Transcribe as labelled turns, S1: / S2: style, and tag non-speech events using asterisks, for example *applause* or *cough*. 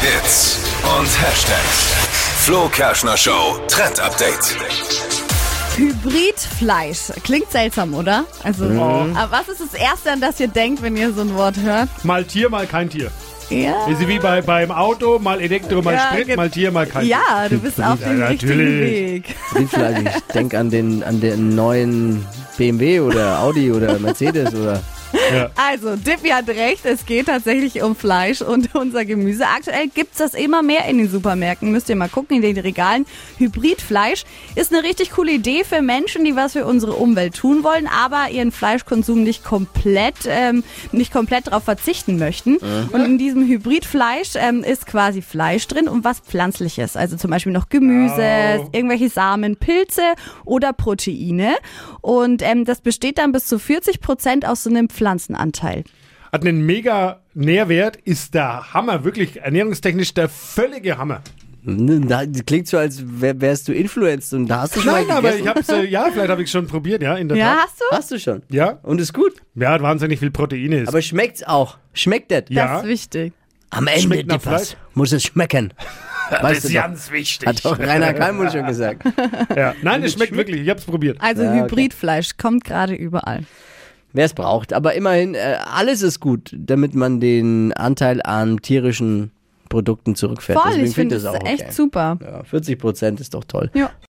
S1: Hits und Hashtags. Flo Kerschner Show Trend Update.
S2: Hybridfleisch. Klingt seltsam, oder? Also,
S3: Mhm.
S2: aber was ist das Erste, an das ihr denkt, wenn ihr so ein Wort hört?
S3: Mal Tier, mal kein Tier.
S2: Ja.
S3: Ist wie bei, beim Auto, mal Elektro, mal
S2: Ja,
S3: Sprit,
S2: ge-
S3: mal Tier, mal kein Tier.
S2: Ja, du bist auf
S3: halt Ja,
S2: dem richtigen
S3: natürlich.
S2: Weg.
S4: Briefleisch. Ich denke an den, an den neuen BMW oder Audi oder Mercedes oder.
S2: Also, Dippy hat recht, es geht tatsächlich um Fleisch und *laughs* unser Gemüse. Aktuell gibt's das immer mehr in den Supermärkten, müsst ihr mal gucken, in den Regalen. Hybridfleisch ist eine richtig coole Idee für Menschen, die was für unsere Umwelt tun wollen, aber ihren Fleischkonsum nicht komplett, ähm, nicht komplett darauf verzichten möchten. Und in diesem Hybridfleisch ähm, ist quasi Fleisch drin und was Pflanzliches, also zum Beispiel noch Gemüse,
S3: Au.
S2: irgendwelche Samen, Pilze oder Proteine. Und ähm, das besteht dann bis zu 40 Prozent aus so einem Pflanzenanteil.
S3: Hat einen mega Nährwert, ist der Hammer, wirklich ernährungstechnisch der völlige Hammer.
S4: Ne, Da, das klingt so, als wär, wärst du influenced und da hast du schon
S3: Nein,
S4: mal
S3: aber ich
S4: gegessen.
S3: hab's, äh, ja, vielleicht habe ich schon probiert, ja, in der
S2: Ja,
S3: Tat.
S2: hast du?
S4: Hast du schon.
S3: Ja.
S4: Und ist gut.
S3: Ja, hat wahnsinnig viel Proteine ist.
S4: Aber schmeckt's auch. Schmeckt das?
S3: ja,
S2: Das ist wichtig.
S4: Am Ende,
S3: Schmeckt nach
S4: Dippers,
S3: Fleisch.
S4: muss
S3: *laughs*
S4: es schmecken.
S3: das
S4: Weißt
S3: ist
S4: du doch.
S3: ganz wichtig.
S4: Hat doch Rainer Kalmund
S3: *laughs*
S4: schon gesagt.
S3: ja. Nein, es schmeckt wirklich, ich hab's probiert.
S2: Also
S4: okay.
S2: Hybridfleisch kommt gerade überall.
S4: Wer es braucht. Aber immerhin, äh, alles ist gut, damit man den Anteil an tierischen Produkten zurückfährt.
S2: Voll,
S4: Deswegen
S2: ich finde
S4: ich
S2: das
S4: auch
S2: echt
S4: okay.
S2: super.
S4: Ja, 40 Prozent ist doch toll.
S2: Ja.